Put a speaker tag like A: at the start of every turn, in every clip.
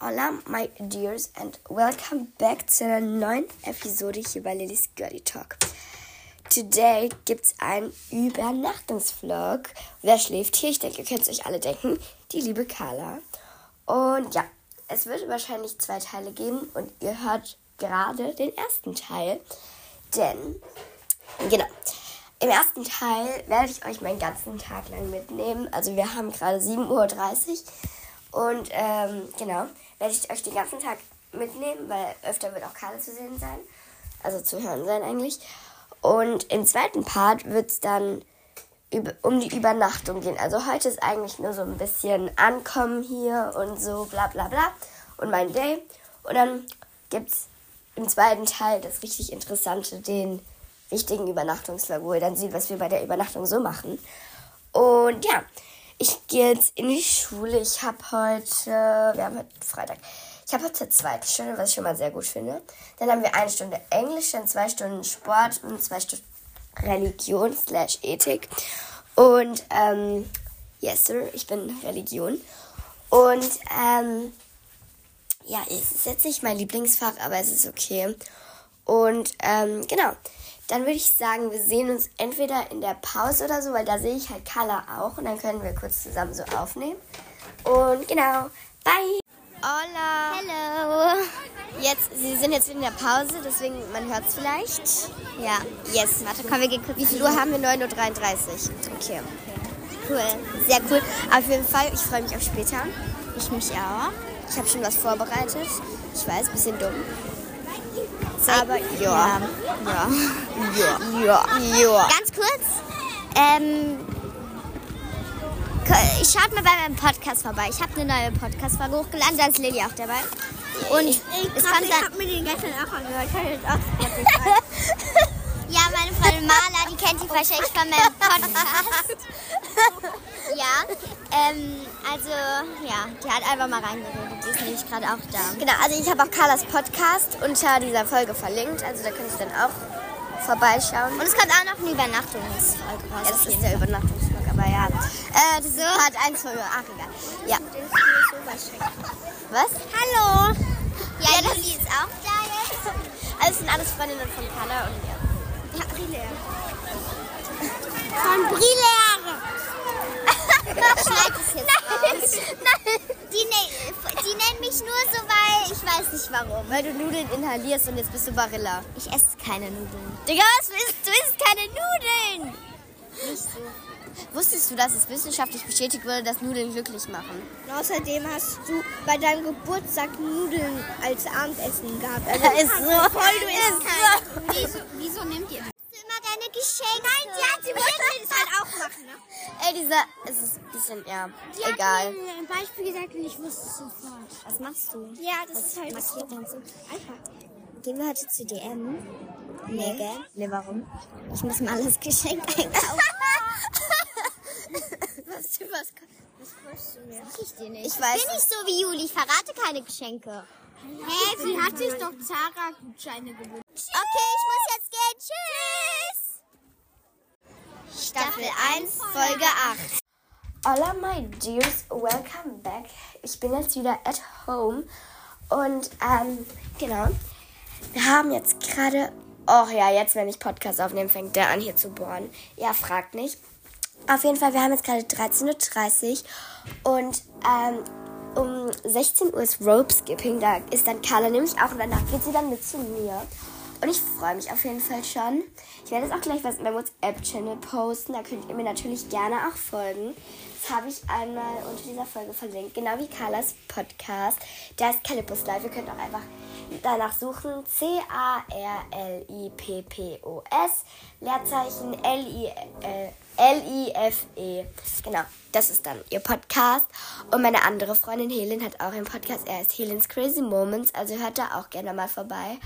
A: Hola, my dears, and welcome back zu einer neuen Episode hier bei Lillys Girly Talk. Today gibt's einen Übernachtungsvlog. Wer schläft hier? Ich denke, ihr könnt es euch alle denken. Die liebe Carla. Und ja, es wird wahrscheinlich zwei Teile geben und ihr hört gerade den ersten Teil. Denn, genau, im ersten Teil werde ich euch meinen ganzen Tag lang mitnehmen. Also wir haben gerade 7.30 Uhr und ähm, genau, werde ich euch den ganzen Tag mitnehmen, weil öfter wird auch Karla zu sehen sein. Also zu hören sein eigentlich. Und im zweiten Part wird es dann über, um die Übernachtung gehen. Also heute ist eigentlich nur so ein bisschen Ankommen hier und so bla bla bla und mein Day. Und dann gibt es im zweiten Teil das richtig Interessante, den richtigen Übernachtungsvlog, wo ihr dann seht, was wir bei der Übernachtung so machen. Und ja, ich gehe jetzt in die Schule. Ich habe heute, wir haben heute Freitag. Ich habe heute zweite Stunde, was ich schon mal sehr gut finde. Dann haben wir eine Stunde Englisch, dann zwei Stunden Sport und zwei Stunden Religion slash Ethik. Und ähm, yes, sir, ich bin Religion. Und ähm, ja, es ist jetzt nicht mein Lieblingsfach, aber es ist okay. Und ähm, genau, dann würde ich sagen, wir sehen uns entweder in der Pause oder so, weil da sehe ich halt Carla auch und dann können wir kurz zusammen so aufnehmen. Und genau, bye! Hola! Hello! Jetzt, sie sind jetzt in der Pause, deswegen man hört es vielleicht. Ja, yes. Warte, komm, wir gehen kurz. Wie viel Uhr haben wir? 9.33 Uhr. Okay. Cool, sehr cool. Auf jeden Fall, ich freue mich auf später. Ich mich auch. Ich habe schon was vorbereitet. Ich weiß, bisschen dumm. Aber ja. Ja. Ja. Ja. ja.
B: Ganz kurz. Ähm, k- schaut mal bei meinem Podcast vorbei. Ich habe eine neue Podcast-Folge hochgeladen. Da ist Lilly auch dabei. Und es kommt dann,
C: mir den gestern auch angehört. Ich habe jetzt auch
B: ja, meine Freundin Marla, die kennt sie wahrscheinlich von meinem Podcast. Ja, ähm, also, ja, die hat einfach mal reingeredet. Die ist nämlich gerade auch da.
A: Genau, also ich habe auch Carlas Podcast unter dieser Folge verlinkt. Also da könnt ihr dann auch vorbeischauen.
B: Und es kommt auch noch eine Übernachtungsfolge raus.
A: Das ist der Übernachtungsflug, aber ja. Äh, das ist Part 1 von Ach, egal. Ja. Was?
B: Hallo! Ja, Lilly ist auch da jetzt.
A: Also es sind alles Freundinnen von Carla und mir.
B: Von Brillere. Schneid es jetzt raus. Die, ne die nennen mich nur so, weil ich weiß nicht warum.
A: Weil du Nudeln inhalierst und jetzt bist du Barilla.
B: Ich esse keine Nudeln.
A: Digga, was ist, du isst keine Nudeln! Wusstest du, dass es wissenschaftlich bestätigt wurde, dass Nudeln glücklich machen?
C: Und außerdem hast du bei deinem Geburtstag Nudeln als Abendessen gehabt. Also
A: Das ist so.
C: voll, du isst
A: ist so.
B: Hast du immer deine Geschenke? Nein, die hat sie
C: das halt auch machen. Ne?
A: Ey, dieser. Es ist ein bisschen. Ja. Egal.
C: mir ein Beispiel gesagt und ich wusste es sofort.
A: Was machst du?
C: Ja, das ist halt so. Einfach.
B: Gehen wir heute zu DM? Nee, gell?
A: Ne, warum?
B: Ich muss mal alles Geschenk einkaufen.
A: Was, was,
B: Sag ich dir nicht.
A: Ich weiß
B: Bin nicht so wie Juli. Ich verrate keine Geschenke. Hä, sie hat sich doch
C: Zara-Gutscheine gewonnen.
B: Okay, ich muss jetzt gehen. Tschüss. Staffel 1, Folge 8.
A: Hola, my dears, welcome back. Ich bin jetzt wieder at home und ähm, genau, wir haben jetzt gerade, oh ja, jetzt, wenn ich Podcast aufnehme, fängt der an hier zu bohren. Ja, fragt nicht. Auf jeden Fall, wir haben jetzt gerade 13.30 Uhr und ähm, um 16 Uhr ist Rope Skipping, da ist dann Carla nämlich auch und danach geht sie dann mit zu mir. Und ich freue mich auf jeden Fall schon. Ich werde jetzt auch gleich was in meinem WhatsApp-Channel posten. Da könnt ihr mir natürlich gerne auch folgen. Das habe ich einmal unter dieser Folge verlinkt. Genau wie Carlas Podcast. Der heißt Calipus Live. Ihr könnt auch einfach danach suchen. C-A-R-L-I-P-P-O-S. Leerzeichen L-I-L. L-I-F-E. Genau, das ist dann ihr Podcast. Und meine andere Freundin Helen hat auch einen Podcast. Er ist Helens Crazy Moments. Also hört da auch gerne mal vorbei.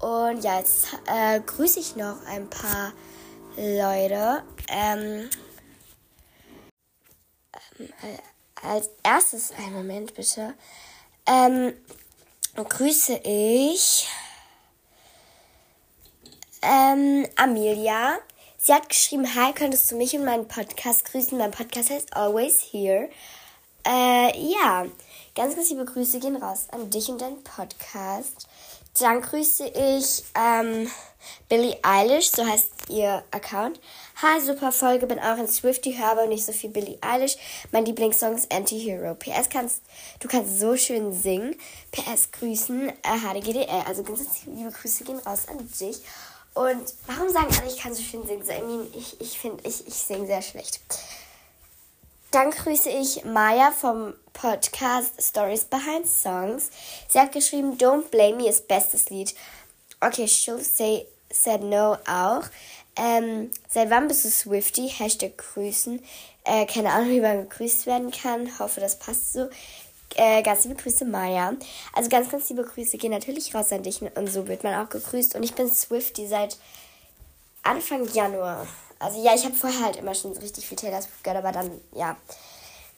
A: Und ja, jetzt äh, grüße ich noch ein paar Leute. Ähm, ähm, äh, als erstes, einen Moment bitte, ähm, grüße ich ähm, Amelia. Sie hat geschrieben, hi, könntest du mich und meinen Podcast grüßen? Mein Podcast heißt Always Here. Äh, ja, Ganz, ganz liebe Grüße gehen raus an dich und deinen Podcast. Dann grüße ich ähm, Billie Eilish, so heißt ihr Account. Hi, super Folge, bin auch ein Swifty, höre aber nicht so viel Billie Eilish. Mein Lieblingssong ist Anti-Hero. PS, kannst, du kannst so schön singen. PS, grüßen äh, HDGDL. Also ganz, ganz liebe Grüße gehen raus an dich. Und warum sagen alle, ich kann so schön singen? So, I mean, ich ich, finde, ich, ich singe sehr schlecht. Dann grüße ich Maya vom Podcast Stories Behind Songs. Sie hat geschrieben, Don't Blame Me ist bestes Lied. Okay, She'll Say Said No auch. Ähm, seit wann bist du Swifty? Hashtag grüßen. Äh, keine Ahnung, wie man gegrüßt werden kann. Hoffe, das passt so. Äh, ganz liebe Grüße, Maya. Also ganz, ganz liebe Grüße gehen natürlich raus an dich und so wird man auch gegrüßt. Und ich bin Swifty seit Anfang Januar. Also ja, ich habe vorher halt immer schon so richtig viel Taylor Swift gehört, aber dann, ja.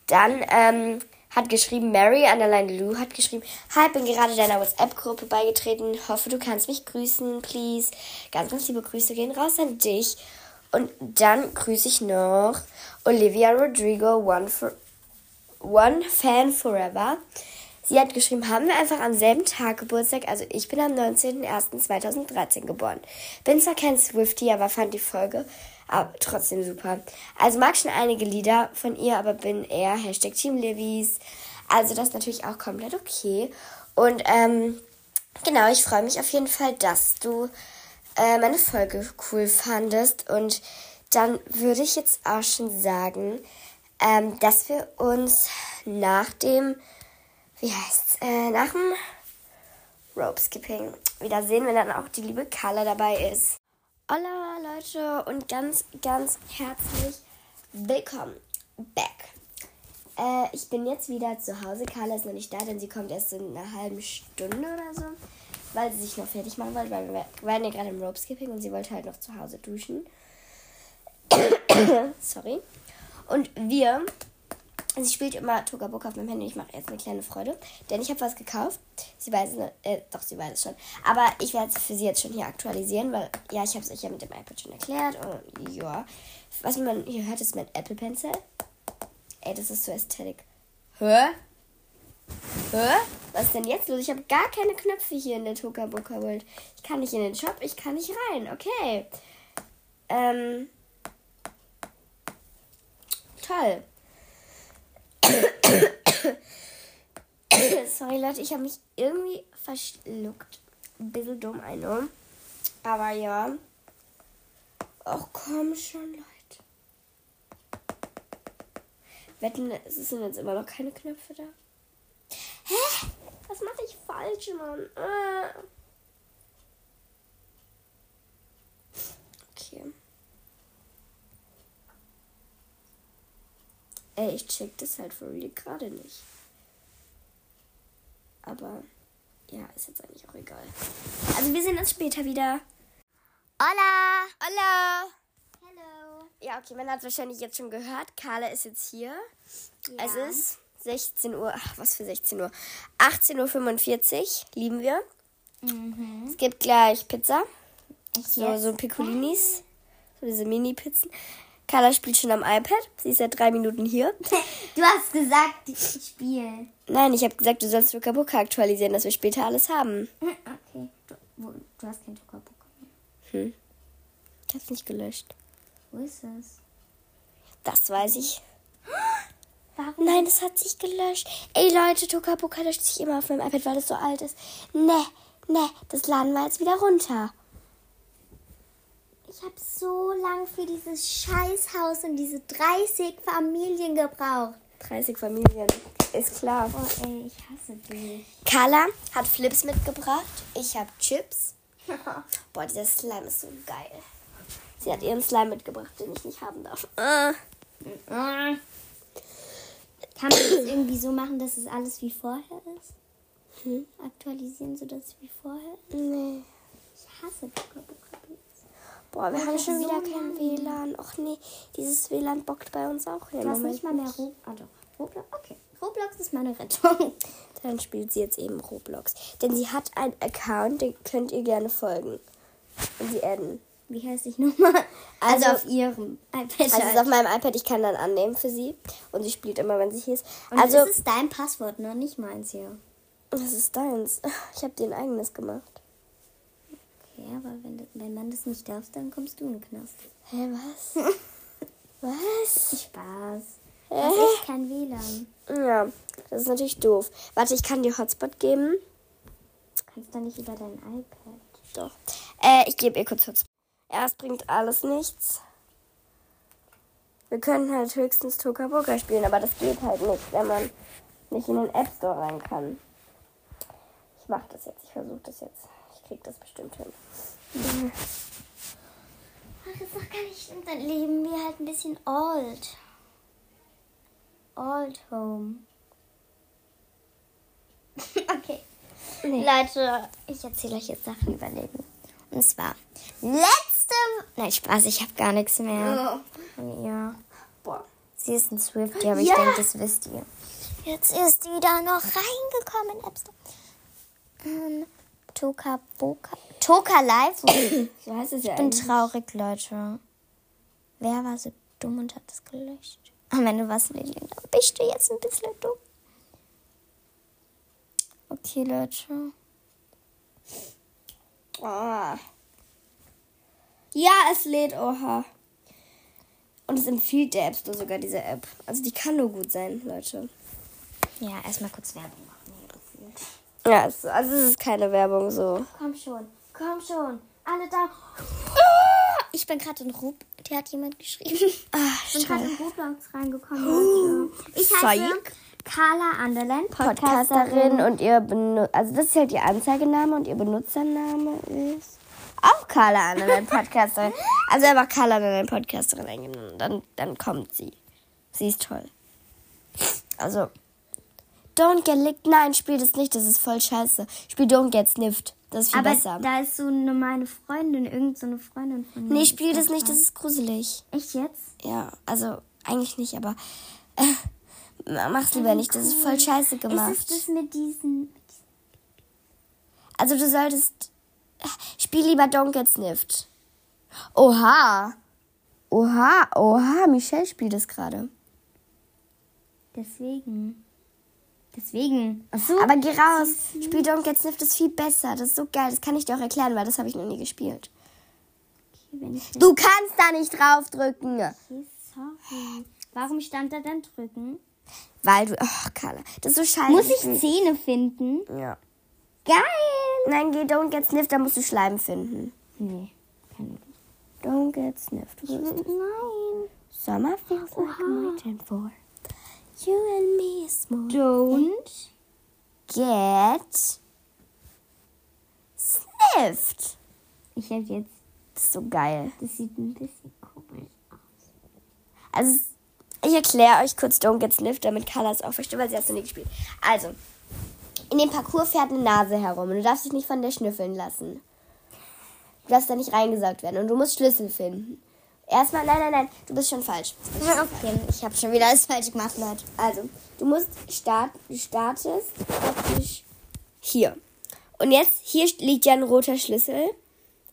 A: Dann ähm, hat geschrieben, Mary Underline Lou hat geschrieben, Hi, bin gerade deiner WhatsApp-Gruppe beigetreten. Hoffe, du kannst mich grüßen, please. Ganz, ganz liebe Grüße gehen raus an dich. Und dann grüße ich noch Olivia Rodrigo, One, for, One Fan Forever. Sie hat geschrieben, haben wir einfach am selben Tag Geburtstag. Also ich bin am 19.01.2013 geboren. Bin zwar kein Swiftie, aber fand die Folge aber trotzdem super. Also mag schon einige Lieder von ihr, aber bin eher Hashtag Team Levis. Also das ist natürlich auch komplett okay. Und ähm, genau, ich freue mich auf jeden Fall, dass du äh, meine Folge cool fandest. Und dann würde ich jetzt auch schon sagen, ähm, dass wir uns nach dem wie heißt's, äh, nach dem Rope Skipping wiedersehen, wenn dann auch die liebe Carla dabei ist. Hola Leute und ganz, ganz herzlich willkommen back. Äh, ich bin jetzt wieder zu Hause. Carla ist noch nicht da, denn sie kommt erst in einer halben Stunde oder so, weil sie sich noch fertig machen wollte, weil wir waren ja gerade im Rope Skipping und sie wollte halt noch zu Hause duschen. Sorry. Und wir Sie spielt immer Tokabook auf meinem Handy. Ich mache jetzt eine kleine Freude, denn ich habe was gekauft. Sie weiß es, äh, doch, sie weiß es schon. Aber ich werde es für sie jetzt schon hier aktualisieren, weil, ja, ich habe es euch ja mit dem iPad schon erklärt. Und ja, was man hier hört, ist mein Apple Pencil. Ey, das ist so ästhetisch. Hä? Hä? Was ist denn jetzt los? Ich habe gar keine Knöpfe hier in der Tokabook World. Ich kann nicht in den Shop, ich kann nicht rein. Okay. Ähm. Toll. Sorry, Leute, ich habe mich irgendwie verschluckt. Ein bisschen dumm, I know. Aber ja. Ach komm schon, Leute. Wetten, es sind jetzt immer noch keine Knöpfe da. Hä? Was mache ich falsch, Mann? Äh. Okay. Ey, ich check das halt for real gerade nicht. Aber ja, ist jetzt eigentlich auch egal. Also wir sehen uns später wieder.
B: Hola!
A: Hallo!
B: Hallo!
A: Ja, okay, man hat wahrscheinlich jetzt schon gehört. Carla ist jetzt hier.
B: Ja.
A: Es ist 16 Uhr. Ach, was für 16 Uhr? 18.45 Uhr. Lieben wir. Es gibt gleich Pizza. So,
B: Mhm. jetzt? Ah.
A: so Piccolinis. So diese Mini-Pizzen. Carla spielt schon am iPad. Sie ist seit drei Minuten hier.
B: Du hast gesagt, ich spiele.
A: Nein, ich habe gesagt, du sollst Rukabuka aktualisieren, dass wir später alles haben.
B: Hm, Okay. Du, wo, du hast kein Tokabuko mehr.
A: Hm. Ich hab's nicht gelöscht.
B: Wo ist es?
A: Das weiß ich.
B: Warum?
A: Nein, es hat sich gelöscht. Ey Leute, Tokabuka löscht sich immer auf meinem iPad, weil es so alt ist. Ne, ne, das laden wir jetzt wieder runter.
B: Ich habe so lang für dieses Scheißhaus und diese 30 Familien gebraucht.
A: 30 Familien. Ist klar.
B: Oh ey, ich hasse dich.
A: Carla hat Flips mitgebracht. Ich habe Chips. Boah, dieser Slime ist so geil. Sie hat ihren Slime mitgebracht, den ich nicht haben darf. Äh.
B: Kann man das irgendwie so machen, dass es alles wie vorher ist?
A: Hm?
B: Aktualisieren, sodass es wie vorher ist?
A: Nee.
B: Ich hasse Tokabuko.
A: Boah, wir haben schon
B: so
A: wieder kein WLAN. Och nee, dieses WLAN bockt bei uns auch hier.
B: Du hast nicht mal mehr Roblox. Ah,
A: also,
B: doch. Roblox? Okay. Roblox ist meine Rettung.
A: Dann spielt sie jetzt eben Roblox. Denn sie hat einen Account, den könnt ihr gerne folgen. Und sie adden.
D: wie heißt ich nochmal? Also,
A: Also-
D: auf ihrem iPad.
A: Also es ist
D: halt.
A: auf meinem iPad, ich kann dann annehmen für sie. Und sie spielt immer, wenn sie hier ist.
D: Und
A: also,
D: das ist dein Passwort, ne? Nicht meins hier.
A: das ist deins. Ich habe dir ein eigenes gemacht.
D: Okay, aber wenn, du- wenn man das nicht darf, dann kommst du in den Knast.
A: Hä, was? was?
D: Spaß. Du hast
B: Äh?
D: echt kein WLAN.
A: Ja, das ist natürlich doof. Warte, ich kann dir Hotspot geben.
D: Kannst doch nicht über dein iPad.
A: Doch. Äh, ich gebe ihr kurz Hotspot. Ja, es bringt alles nichts. Wir können halt höchstens Tokaboka spielen, aber das geht halt nicht, wenn man nicht in den App Store rein kann. Ich mach das jetzt, ich versuche das jetzt. Ich krieg das bestimmt hin.
D: Ach, ist doch gar nicht. Und dann leben wir halt ein bisschen old. Old home.
B: Okay. Leute, ich erzähle euch jetzt Sachen über Leben. Und zwar, letzte... Nein, Spaß, ich habe gar nichts mehr. Ja.
A: Boah.
B: Sie ist ein Swiftie, aber ich
A: Ja.
B: denke, das wisst ihr. Jetzt ist die da noch reingekommen in App Store. Ähm, Toka Boka. Toka Live. ich
A: So heißt es ja
B: bin traurig, Leute. Wer war so dumm und hat das gelöscht? Am Ende warst du Lilly. und dann Bist du jetzt ein bisschen dumm? Okay, Leute.
A: Ah.
C: Ja, es lädt, oha.
A: Und es empfiehlt der App Store sogar diese App. Also die kann nur gut sein, Leute.
B: Ja, erstmal kurz Werbung machen.
A: Ja, es, also es ist keine Werbung so.
B: Komm schon, komm schon. Alle da. Ich bin gerade in Rub. Der hat jemand geschrieben. Ah, Oh,
A: Ach,
D: Ich bin gerade in Roblox reingekommen. Leute. Ich heiße
A: Zeig.
D: Carla Anderland, Podcasterin.
A: Podcasterin und ihr Benu also das ist halt ihr Anzeigename und ihr Benutzername ist auch Carla Anderlein Podcasterin. Also einfach Carla Anderlein Podcasterin eingeben und dann, dann kommt sie. Sie ist toll. Also Don't Get Licked, nein, spiel das nicht, das ist voll scheiße. Spiel Don't Get Sniffed, das ist viel
D: Aber
A: besser.
D: da ist so eine meine Freundin, irgend so eine Freundin von mir.
A: Nee, spiel das nicht, das ist gruselig.
D: Echt jetzt?
A: Ja, also eigentlich nicht, aber äh, mach's lieber nicht, das ist voll scheiße gemacht.
D: Ist es das mit diesen.
A: Also du solltest. Spiel lieber Don't Get Sniffed. Oha. Oha, oha, Michelle spielt es gerade.
D: Deswegen. Deswegen. Achso.
A: Aber geh raus. Spiel Don't Get Sniffed ist viel besser. Das ist so geil. Das kann ich dir auch erklären, weil das habe ich noch nie gespielt.
D: Wenn ich
A: Du kannst da nicht draufdrücken.
D: okay, sorry. Warum stand da dann drücken?
A: Weil du. Oh, Carla. Das ist so scheiße.
D: Muss ich Zähne finden?
A: Ja.
D: Geil!
A: Nein, geh Don't Get Sniffed, da musst du Schleim finden.
D: Nee.
A: Don't Get Sniffed. Wo ist das?
D: Nein.
A: Summer feels like night and four. You and me is more.
D: Don't.
A: get sniffed.
D: Ich habe jetzt.
A: Das ist so geil.
D: Das sieht ein bisschen komisch
A: Also, es- ich erkläre euch kurz Don't Get Sniffed, damit Carla es auch versteht, weil sie hat es noch nie gespielt. Also, in dem Parcours fährt eine Nase herum und du darfst dich nicht von der schnüffeln lassen. Du darfst da nicht reingesaugt werden und du musst Schlüssel finden. Erstmal, nein, nein, nein, du bist schon falsch.
B: Okay, ich habe schon wieder alles falsch gemacht, Leute.
A: Also, du musst starten, du startest praktisch hier. Und jetzt, hier liegt ja ein roter Schlüssel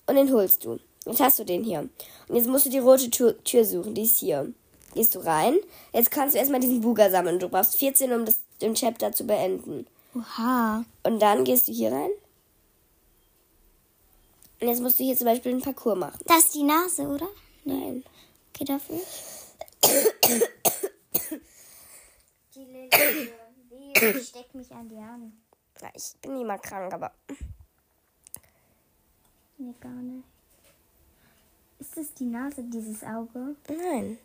A: und den holst du. Jetzt hast du den hier. Und jetzt musst du die rote Tür, Tür suchen, die ist hier. Gehst du rein. Jetzt kannst du erstmal diesen Buga sammeln. Du brauchst 14, um das, den Chapter zu beenden.
B: Oha.
A: Und dann gehst du hier rein. Und jetzt musst du hier zum Beispiel einen Parcours machen.
B: Das ist die Nase, oder?
A: Nein.
B: Okay, dafür.
D: Die Lilly, ich steck mich an die Arme.
A: Na, Ich bin nie mal krank, aber
D: Nee, gar nicht. Ist das die Nase, dieses Auge?
A: nein.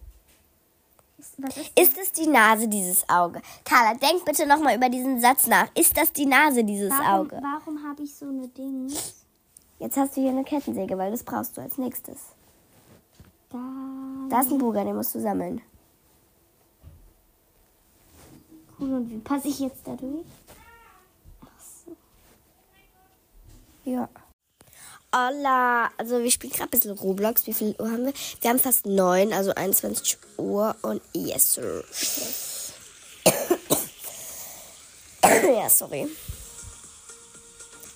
D: Ist, was ist
A: Ist es die Nase, dieses Auge? Carla, denk bitte nochmal über diesen Satz nach. Ist das die Nase, dieses
D: warum,
A: Auge?
D: Warum habe ich so eine Ding?
A: Jetzt hast du hier eine Kettensäge, weil das brauchst du als nächstes.
D: Da.
A: Da ist ein Buga, den musst du sammeln.
D: Cool, und wie passe ich jetzt da durch?
A: Ja. Hola. Also wir spielen gerade ein bisschen Roblox. Wie viel Uhr haben wir? Wir haben fast neun, also 21 Uhr und yes, sir. ja, sorry.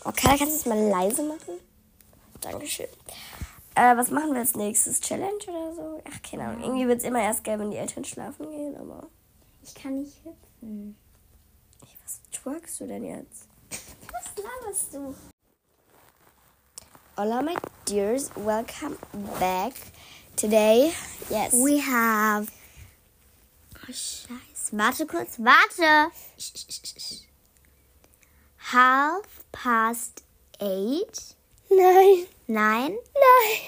A: Oh, Carla, kannst du es mal leise machen? Dankeschön. Äh, was machen wir als nächstes? Challenge oder so? Ach, keine Ahnung. Irgendwie wird es immer erst gelb, wenn die Eltern schlafen gehen, aber.
D: Ich kann nicht hüpfen.
A: Ey, was twerkst du denn jetzt?
D: Was laberst du?
A: Hola, my dears. Welcome back. Today, yes.
B: We have. Oh, Scheiße. Warte kurz, warte. Half past eight.
A: Nein.
B: Nine.
A: Nein.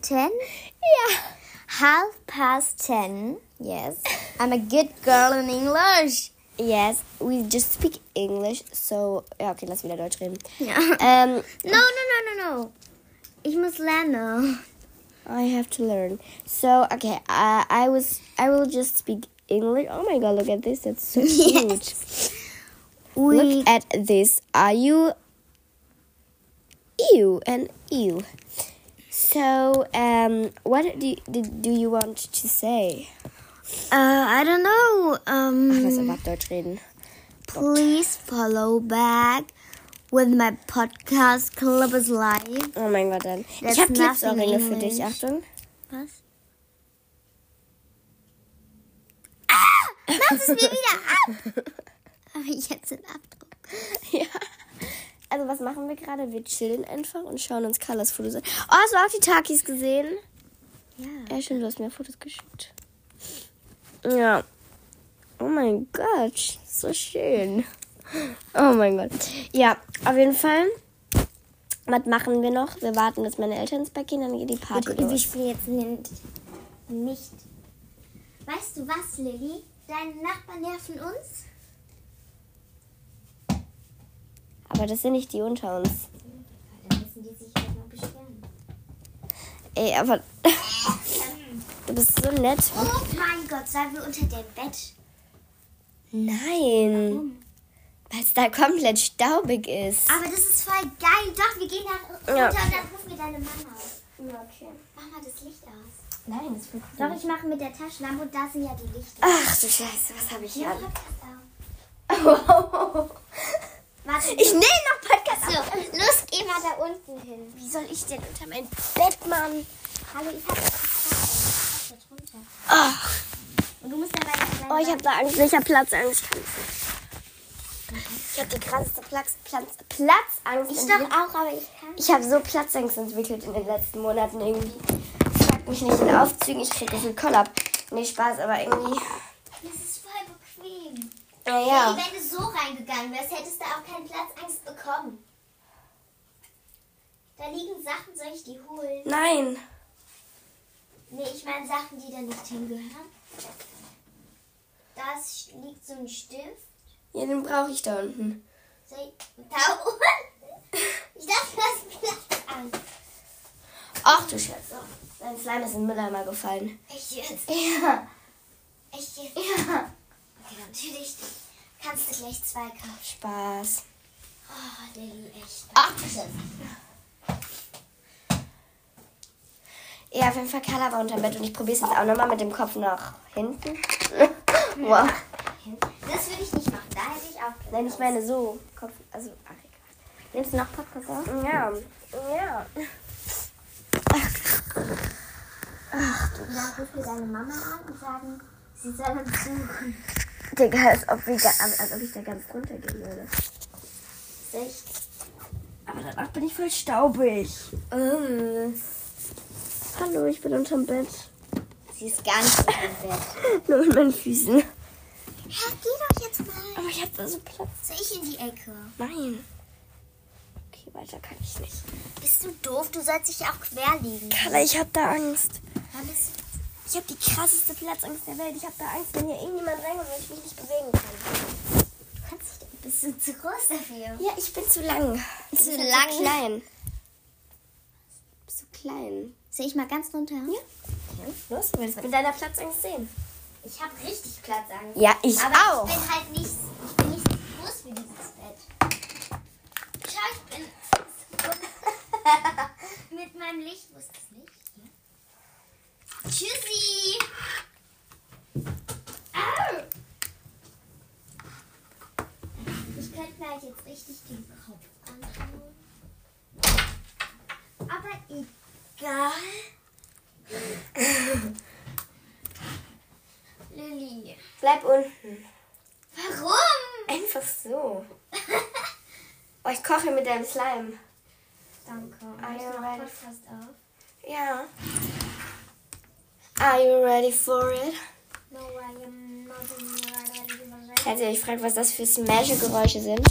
B: Ten.
A: Ja.
B: Half past ten.
A: Yes.
B: I'm a good girl in English.
A: Yes. We just speak English, so. Ja, okay, lass wieder Deutsch reden.
B: Ja.
A: Ähm,
B: No, no, no, no, no. Ich muss lernen.
A: I have to learn. So, okay, I I was. I will just speak English. Oh my god, look at this. That's so cute. Look at this. Are you ew and ew? So, um, what do do, do you want to say?
B: Uh, I don't know.
A: Ach,
B: Um,
A: lass einfach Deutsch reden.
B: please follow back with my podcast Club is Live.
A: Oh mein Gott, dann.
B: That's
A: ich habe
B: nothing
A: Clipsohrringe für
B: English.
A: dich. Achtung.
B: Was? Ah! Mach es mir wieder ab! Habe ich jetzt einen Abdruck?
A: ja. Also, was machen wir gerade? Wir chillen einfach und schauen uns Carlas Fotos an. Oh, hast du auch die Takis gesehen?
B: Ja.
A: Ja, stimmt, du hast mir Fotos geschickt. Ja. Oh mein Gott, so schön. Oh mein Gott. Ja, auf jeden Fall. Was machen wir noch? Wir warten, bis meine Eltern ins Bett gehen, dann geht die Party los.
B: spielen jetzt nicht.
D: Nicht.
B: Weißt du was, Lilly? Deine Nachbarn nerven uns?
A: Aber das sind nicht die unter uns.
B: Da müssen die sich halt mal beschweren.
A: Ey, aber du bist so nett.
B: Oh mein Gott, seien wir unter dem Bett?
A: Nein. Weil es da komplett staubig ist.
B: Aber das ist voll geil. Doch, wir gehen da
A: Ja.
B: runter und dann rufen wir deine Mama auf.
A: Okay.
B: Mach mal das Licht aus.
A: Nein, das wird
B: Doch, ich mache mit der Taschenlampe und da sind ja die Lichter.
A: Ach du Scheiße, was habe Ah, ich hier?
B: Ja.
A: an?
B: Podcast auf.
A: Warte, ich nehme noch Podcast auf.
B: So, los, geh mal da unten hin.
A: Wie soll ich denn unter mein Bett, Mann?
B: Hallo, ich hab das Podcast auf. Ich hab da drunter.
A: Ach,
B: Und du musst dabei das kleine
A: oh, ich habe da Angst. Ich habe Platzangst. Ich habe die krasseste Platz, Platz, Platzangst.
B: Ich doch
A: entwickelt.
B: auch, aber ich kann.
A: Ich habe so Platzangst entwickelt in den letzten Monaten irgendwie. Ich frag mich nicht in Aufzügen. Ich kriege so viel Kollab. Nee, Spaß, aber irgendwie.
B: Das ist voll bequem.
A: Naja.
B: Lilly, wenn du so reingegangen wärst, hättest du auch keinen Platzangst bekommen. Da liegen Sachen, soll ich die holen?
A: Nein.
B: Nee, ich meine Sachen, die da nicht hingehören. Da ist- liegt so ein Stift.
A: Ja, den brauche ich da unten.
B: Soll ich- Da unten? Ich dachte, das ist Platz an.
A: Ach du Scheiße. Mein Slime ist in den Mülleimer gefallen.
B: Echt jetzt?
A: Ja.
B: Echt jetzt? Ja. Okay, natürlich. Kannst du gleich zwei kaufen.
A: Spaß.
B: Oh, Lilly, echt.
A: Ach du Scheiße. Ja, auf jeden Fall Carla war unterm Bett und ich probiere es jetzt auch nochmal mit dem Kopf nach hinten. wow.
B: Das würde ich nicht machen. Da hätte ich auch
A: Nein, ich meine so. Kopf, also, ach egal. Nimmst du noch Podcast auf? Ja. Ja.
B: Dann ruf mir deine Mama an und sagen, sie soll uns suchen.
A: Digga, als ob, wir, ga- als als ob ich da ganz runtergehen würde.
B: Soll ich
A: Aber danach bin ich voll staubig. Ähm. Hallo, ich bin unterm Bett.
B: Sie ist gar nicht unter dem Bett.
A: Nur mit meinen Füßen.
B: Hä, geh doch jetzt mal.
A: Aber ich hab da so Platz.
B: Soll ich in die Ecke?
A: Nein. Okay, weiter kann ich nicht.
B: Bist du doof? Du sollst dich ja auch quer liegen.
A: Carla, ich hab da Angst.
B: Dann bist du
A: Ich hab die krasseste Platzangst der Welt. Ich hab da Angst, wenn hier irgendjemand reinkommt und ich mich nicht bewegen kann.
B: du kannst dich, bist du zu groß dafür.
A: Ja, ich bin zu lang. Zu
B: lang?
A: Zu klein. Zu klein.
B: Soll ich mal ganz runter? Ja.
A: Los, du willst mit deiner Platzangst sehen.
B: Ich habe richtig Platzangst.
A: Ja, ich
B: Aber
A: auch.
B: ich bin halt nicht, ich bin nicht so groß wie dieses Bett. Schau, ich bin mit meinem Licht. Wo ist das Licht? Hier. Tschüssi. Au. Ich könnte mir halt jetzt richtig den Kopf anschauen. Aber egal. egal. Lilly.
A: Bleib unten.
B: Warum?
A: Einfach so. Oh, ich koche mit deinem Slime.
B: Danke.
A: Are you
B: Mach
A: ready?
B: Podcast auf.
A: Ja. Are you ready for it?
B: No, I am not ready.
A: Falls ihr euch fragt, was das für Smash-Geräusche sind.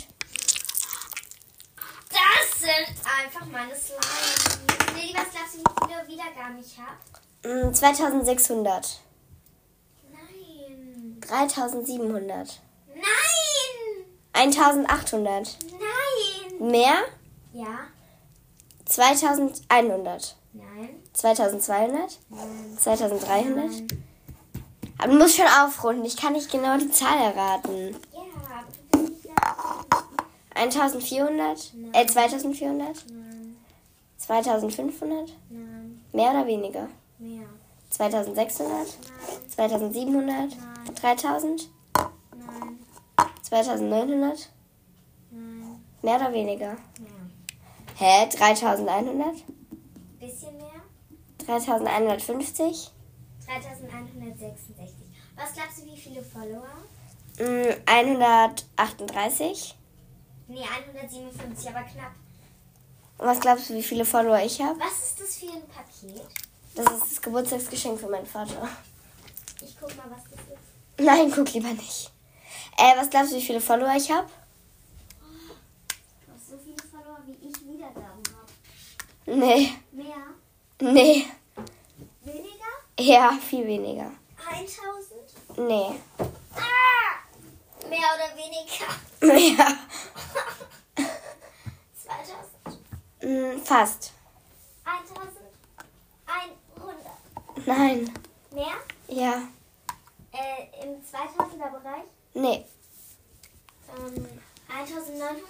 B: Das sind einfach meine Slime. Lilly, was glaubst du, wie viele Wiedergaben ich habe?
A: Mm, 2600.
B: Nein.
A: 3700.
B: Nein.
A: 1800.
B: Nein.
A: Mehr?
B: Ja.
A: 2100.
B: Nein.
A: 2200? 2300? Aber Ah, du musst schon aufrunden. Ich kann nicht genau die Zahl erraten.
B: Ja, aber du bist nicht da.
A: 1400? Äh, 2400?
B: Nein.
A: 2500?
B: Nein.
A: Mehr oder weniger?
B: Mehr.
A: 2600?
B: Nein.
A: 2700?
B: Nein.
A: 3000?
B: Nein.
A: 2900?
B: Nein.
A: Mehr oder weniger?
B: Mehr.
A: Hä? 3100?
B: Bisschen mehr.
A: 3150?
B: 3166. Was glaubst du, wie viele Follower?
A: Mm, 138?
B: Nee, 157, aber knapp.
A: Und was glaubst du, wie viele Follower ich habe?
B: Was ist das für ein Paket?
A: Das ist das Geburtstagsgeschenk für meinen Vater.
B: Ich guck mal, was das ist.
A: Nein, guck lieber nicht. Äh, was glaubst du, wie viele Follower ich habe?
B: Du hast so viele Follower, wie ich Wiedergaben habe.
A: Nee,
B: Mehr?
A: nee.
B: Weniger?
A: Ja, viel weniger.
B: 1000?
A: Nee.
B: Ah! Mehr oder weniger?
A: Ja. Mm,
B: 2000?
A: fast.
B: 1000? 100?
A: Nein.
B: Mehr?
A: Ja.
B: Äh, im 2000er Bereich?
A: Nee.
B: Ähm, 1900?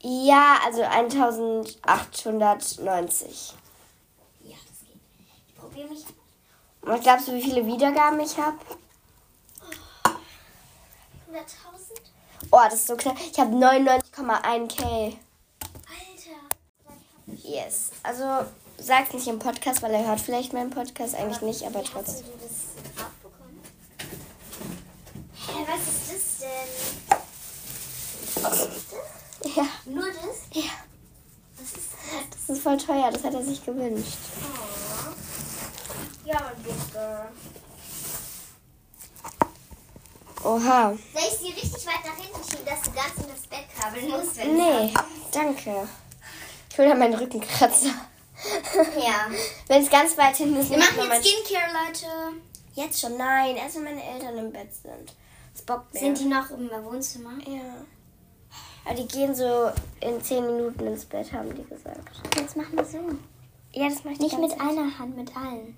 A: Ja, also 1890.
B: Ja, das geht. Ich probiere mich.
A: Und was glaubst du, wie viele Wiedergaben ich habe?
B: 100.000?
A: Oh, das ist so knapp. Ich habe 99,1k.
B: Alter.
A: Yes. Also, sag's nicht im Podcast, weil er hört vielleicht meinen Podcast eigentlich nicht, aber trotzdem.
B: Hast du das abbekommen? Hä, was ist das denn?
A: Ja.
B: Nur das?
A: Ja.
B: halt
A: Das ist voll teuer, das hat er sich gewünscht.
B: Ja, Digga.
A: Oha.
B: Soll ich sie richtig weit nach hinten schieben, dass du ganz in das Bett kabeln musst? Wenn
A: Nee, danke. Ich hole da meinen Rückenkratzer.
B: Ja.
A: Wenn es ganz weit hinten ist,
B: Wir
A: nehme ich
B: machen
A: mal
B: jetzt Skincare, Leute.
A: mein- Jetzt schon, nein. Erst wenn meine Eltern im Bett sind. Das bockt mir.
B: Sind die noch im Wohnzimmer?
A: Ja. Aber die gehen so in 10 Minuten ins Bett, haben die gesagt.
E: Jetzt mach mal so.
A: Ja, das mache ich
E: Nicht mit einer Hand, mit allen.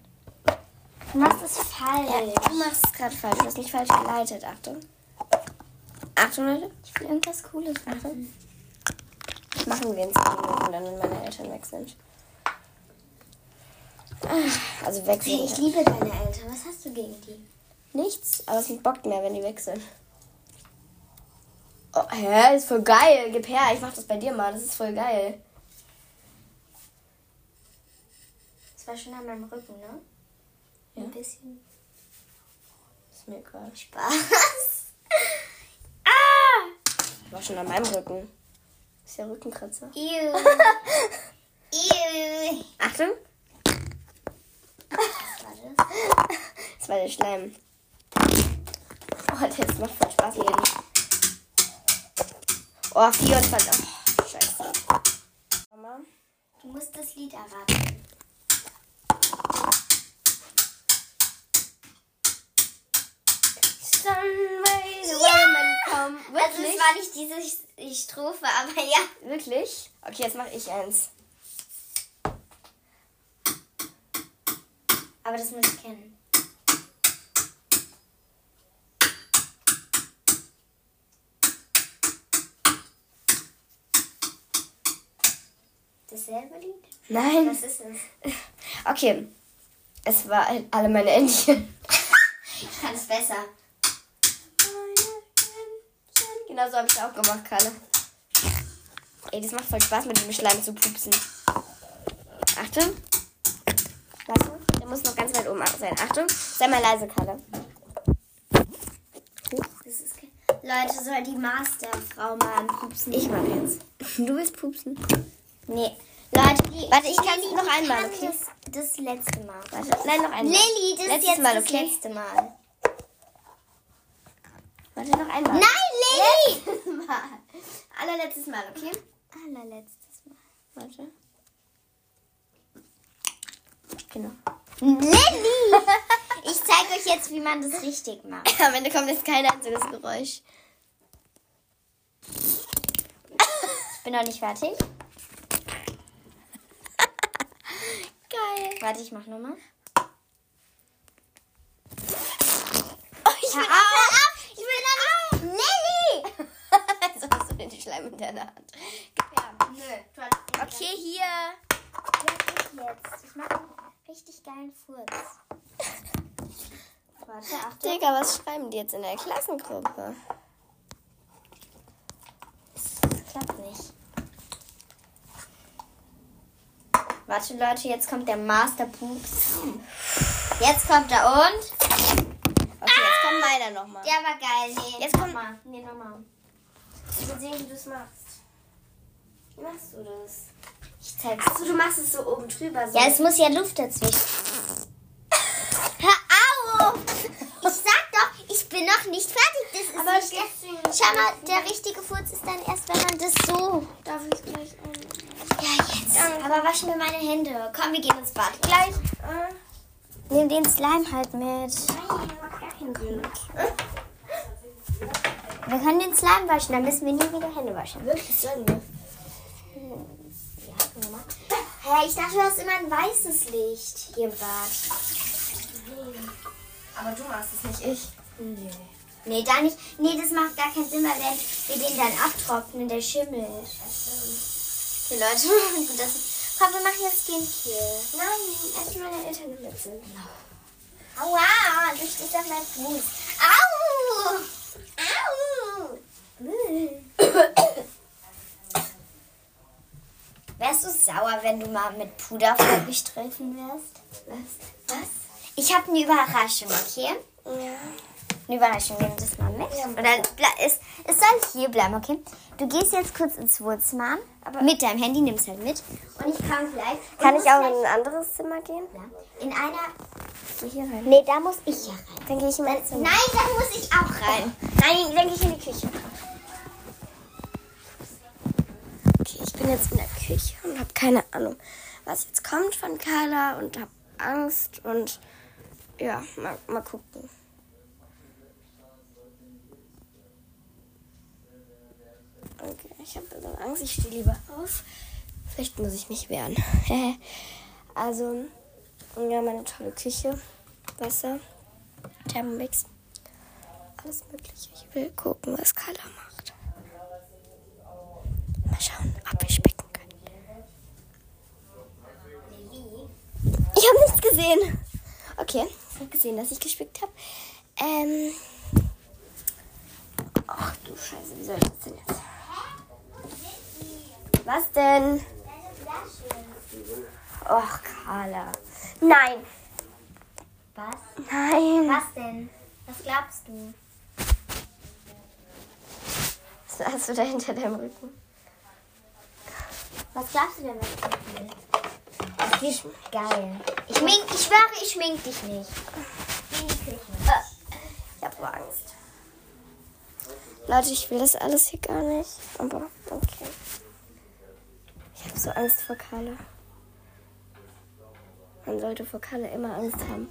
E: Du machst es falsch.
A: Du machst es gerade falsch. Du hast mich falsch geleitet. Achtung. Achtung, Leute.
E: Ich will irgendwas Cooles machen.
A: Das machen wir in 10 Minuten, dann, wenn meine Eltern weg sind. Ah, Also weg sind.
B: Ich liebe deine Eltern. Was hast du gegen die?
A: Nichts, aber es bockt mehr, wenn die weg sind. Oh, hä, ist voll geil. Gib her, ich mach das bei dir mal. Das ist voll geil.
B: Das war schon an meinem Rücken, ne? Ein bisschen.
A: Ist mir egal. Ich
B: Was? ah!
A: war schon an meinem Rücken. Ist ja Rückenkratzer.
B: Ew. Ew.
A: Achtung,
B: Warte.
A: das war der Schleim. Oh, das macht voll Spaß mit dem. Oh, 24. Oh, scheiße. Mama.
B: Du musst das Lied erraten.
A: Sunrise
B: Ja!
A: woman come.
B: Also es
A: Wirklich?
B: war nicht diese Strophe, aber ja.
A: Wirklich? Okay, jetzt mache ich eins.
B: Aber das muss ich kennen. Dasselbe Lied?
A: Nein.
B: Was ist es?
A: Okay. Es war halt alle meine Entchen.
B: Ich kann es besser.
A: Genau so habe ich auch gemacht, Karle. Ey, das macht voll Spaß, mit dem Schleim zu pupsen. Achtung. Warte, der muss noch ganz weit oben sein. Achtung, sei mal leise, Kalle.
F: Das ist ke- Leute, soll die Masterfrau mal anpupsen?
A: Ich mach jetzt. Du willst pupsen?
F: Nee. Leute, die,
A: Warte, ich kann's
F: Lilly,
A: noch
F: die
A: einmal,
F: kann
A: okay?
F: Das, das letzte Mal.
A: Warte, nein, noch einmal.
F: Lilly, das
A: Letztes
F: ist jetzt
A: Mal,
F: das
A: okay?
F: letzte Mal.
A: Warte, noch einmal.
F: Nein, Lilly!
A: Mal. Allerletztes Mal, okay?
F: Allerletztes Mal.
A: Warte. Genau.
F: Lilly! Ich zeige euch jetzt, wie man das richtig macht.
A: Am Ende kommt jetzt kein einziges Geräusch.
F: Ich bin noch nicht fertig.
A: Geil.
F: Warte, ich mach nochmal.
A: Oh, Ich
F: Hör
A: will
F: auf! Ich will noch nicht. Lilly!
A: Jetzt hast du
F: Also,
A: den Schleim in deiner Hand.
F: Okay, hier. jetzt. Ich mache einen richtig geilen Furz. Warte, Achtung.
A: Digga, was schreiben die jetzt in der Klassengruppe?
F: Das klappt nicht. Warte, Leute, jetzt kommt der Masterpups. Jetzt kommt er und.
A: Okay, jetzt kommt meiner nochmal.
F: Der war geil. Nee,
A: Jetzt kommt-
F: nochmal. Nee, nochmal. Ich will sehen, wie du es machst. Wie machst du das?
A: Ich zeig's.
F: Achso, also, du machst es so oben drüber. So.
B: Ja, es muss ja Luft dazwischen. Hör auf! Ich sag doch, ich bin noch nicht fertig. Das ist
F: aber
B: nicht der,
F: deswegen.
B: Schau mal, der richtige Furz ist dann erst, wenn man das so.
F: Darf ich gleich ein.
B: Ja, jetzt.
F: Aber wasch mir meine Hände. Komm, wir gehen ins Bad.
B: Gleich.
F: Ah.
B: Nimm den Slime halt mit. Wir können den Slime waschen, dann müssen wir nie wieder Hände waschen.
F: Wirklich, sollen wir?
B: Hey, ich dachte, du hast immer ein weißes Licht hier im Bad.
F: Aber du machst es nicht, ich.
B: Nee, da nicht. Nee, das macht gar keinen Sinn, weil wenn wir den dann abtrocknen, der schimmelt. Okay, Leute, das Komm, wir machen jetzt Skincare.
F: Nein, erst mal deine Eltern mit sind.
B: Aua, du stehst auf meinem Fuß. Au! Au! Hm.
F: Wärst du sauer, wenn du mal mit Puder vollgestrichen wärst? Was? Was? Ich habe eine Überraschung, okay? Ja. Eine Überraschung, nimm das mal mit. Und dann ble- es, es soll hier bleiben, okay? Du gehst jetzt kurz ins Wohnzimmer. mit deinem Handy, nimm es halt mit.
B: Und ich kann gleich.
F: Kann ich auch in ein anderes Zimmer gehen?
B: In einer.
F: Geh hier rein.
B: Nee, da muss ich ja rein.
F: Dann gehe ich in mein Zimmer.
B: Nein, da muss ich auch rein.
F: Nein, dann gehe ich in die Küche.
A: Okay, ich bin jetzt in der Küche und habe keine Ahnung, was jetzt kommt von Carla und habe Angst und ja, mal, mal gucken. Okay, ich habe ein bisschen Angst, ich stehe lieber auf. Vielleicht muss ich mich wehren. also, ja, meine tolle Küche, Wasser, Thermomix, alles Mögliche. Ich will gucken, was Carla macht. Mal schauen, ob wir spicken können. Ich habe nichts gesehen. Okay, ich habe gesehen, dass ich gespickt habe. Ähm. Ach du Scheiße, wie soll ich das denn jetzt? Was denn? Och, Carla. Nein.
B: Was?
A: Nein.
B: Was denn? Was glaubst du?
A: Was hast du da hinter deinem Rücken?
B: Was glaubst du denn, was ich will?
A: Geil.
B: Ich, mink, ich schwöre, ich schmink dich nicht. Äh.
A: Ich habe aber Angst. Leute, ich will das alles hier gar nicht. Aber okay. Ich habe so Angst vor Carla. Man sollte vor Carla immer Angst haben.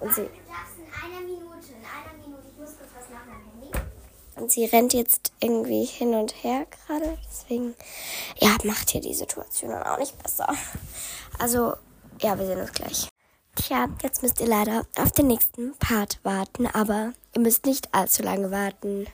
A: Und sie,
B: Glaubst in einer Minute, in einer Minute. Ich muss kurz was machen am Handy.
A: und sie rennt jetzt irgendwie hin und her gerade. Deswegen, ja, macht hier die Situation dann auch nicht besser. Also, ja, wir sehen uns gleich. Tja, jetzt müsst ihr leider auf den nächsten Part warten. Aber ihr müsst nicht allzu lange warten.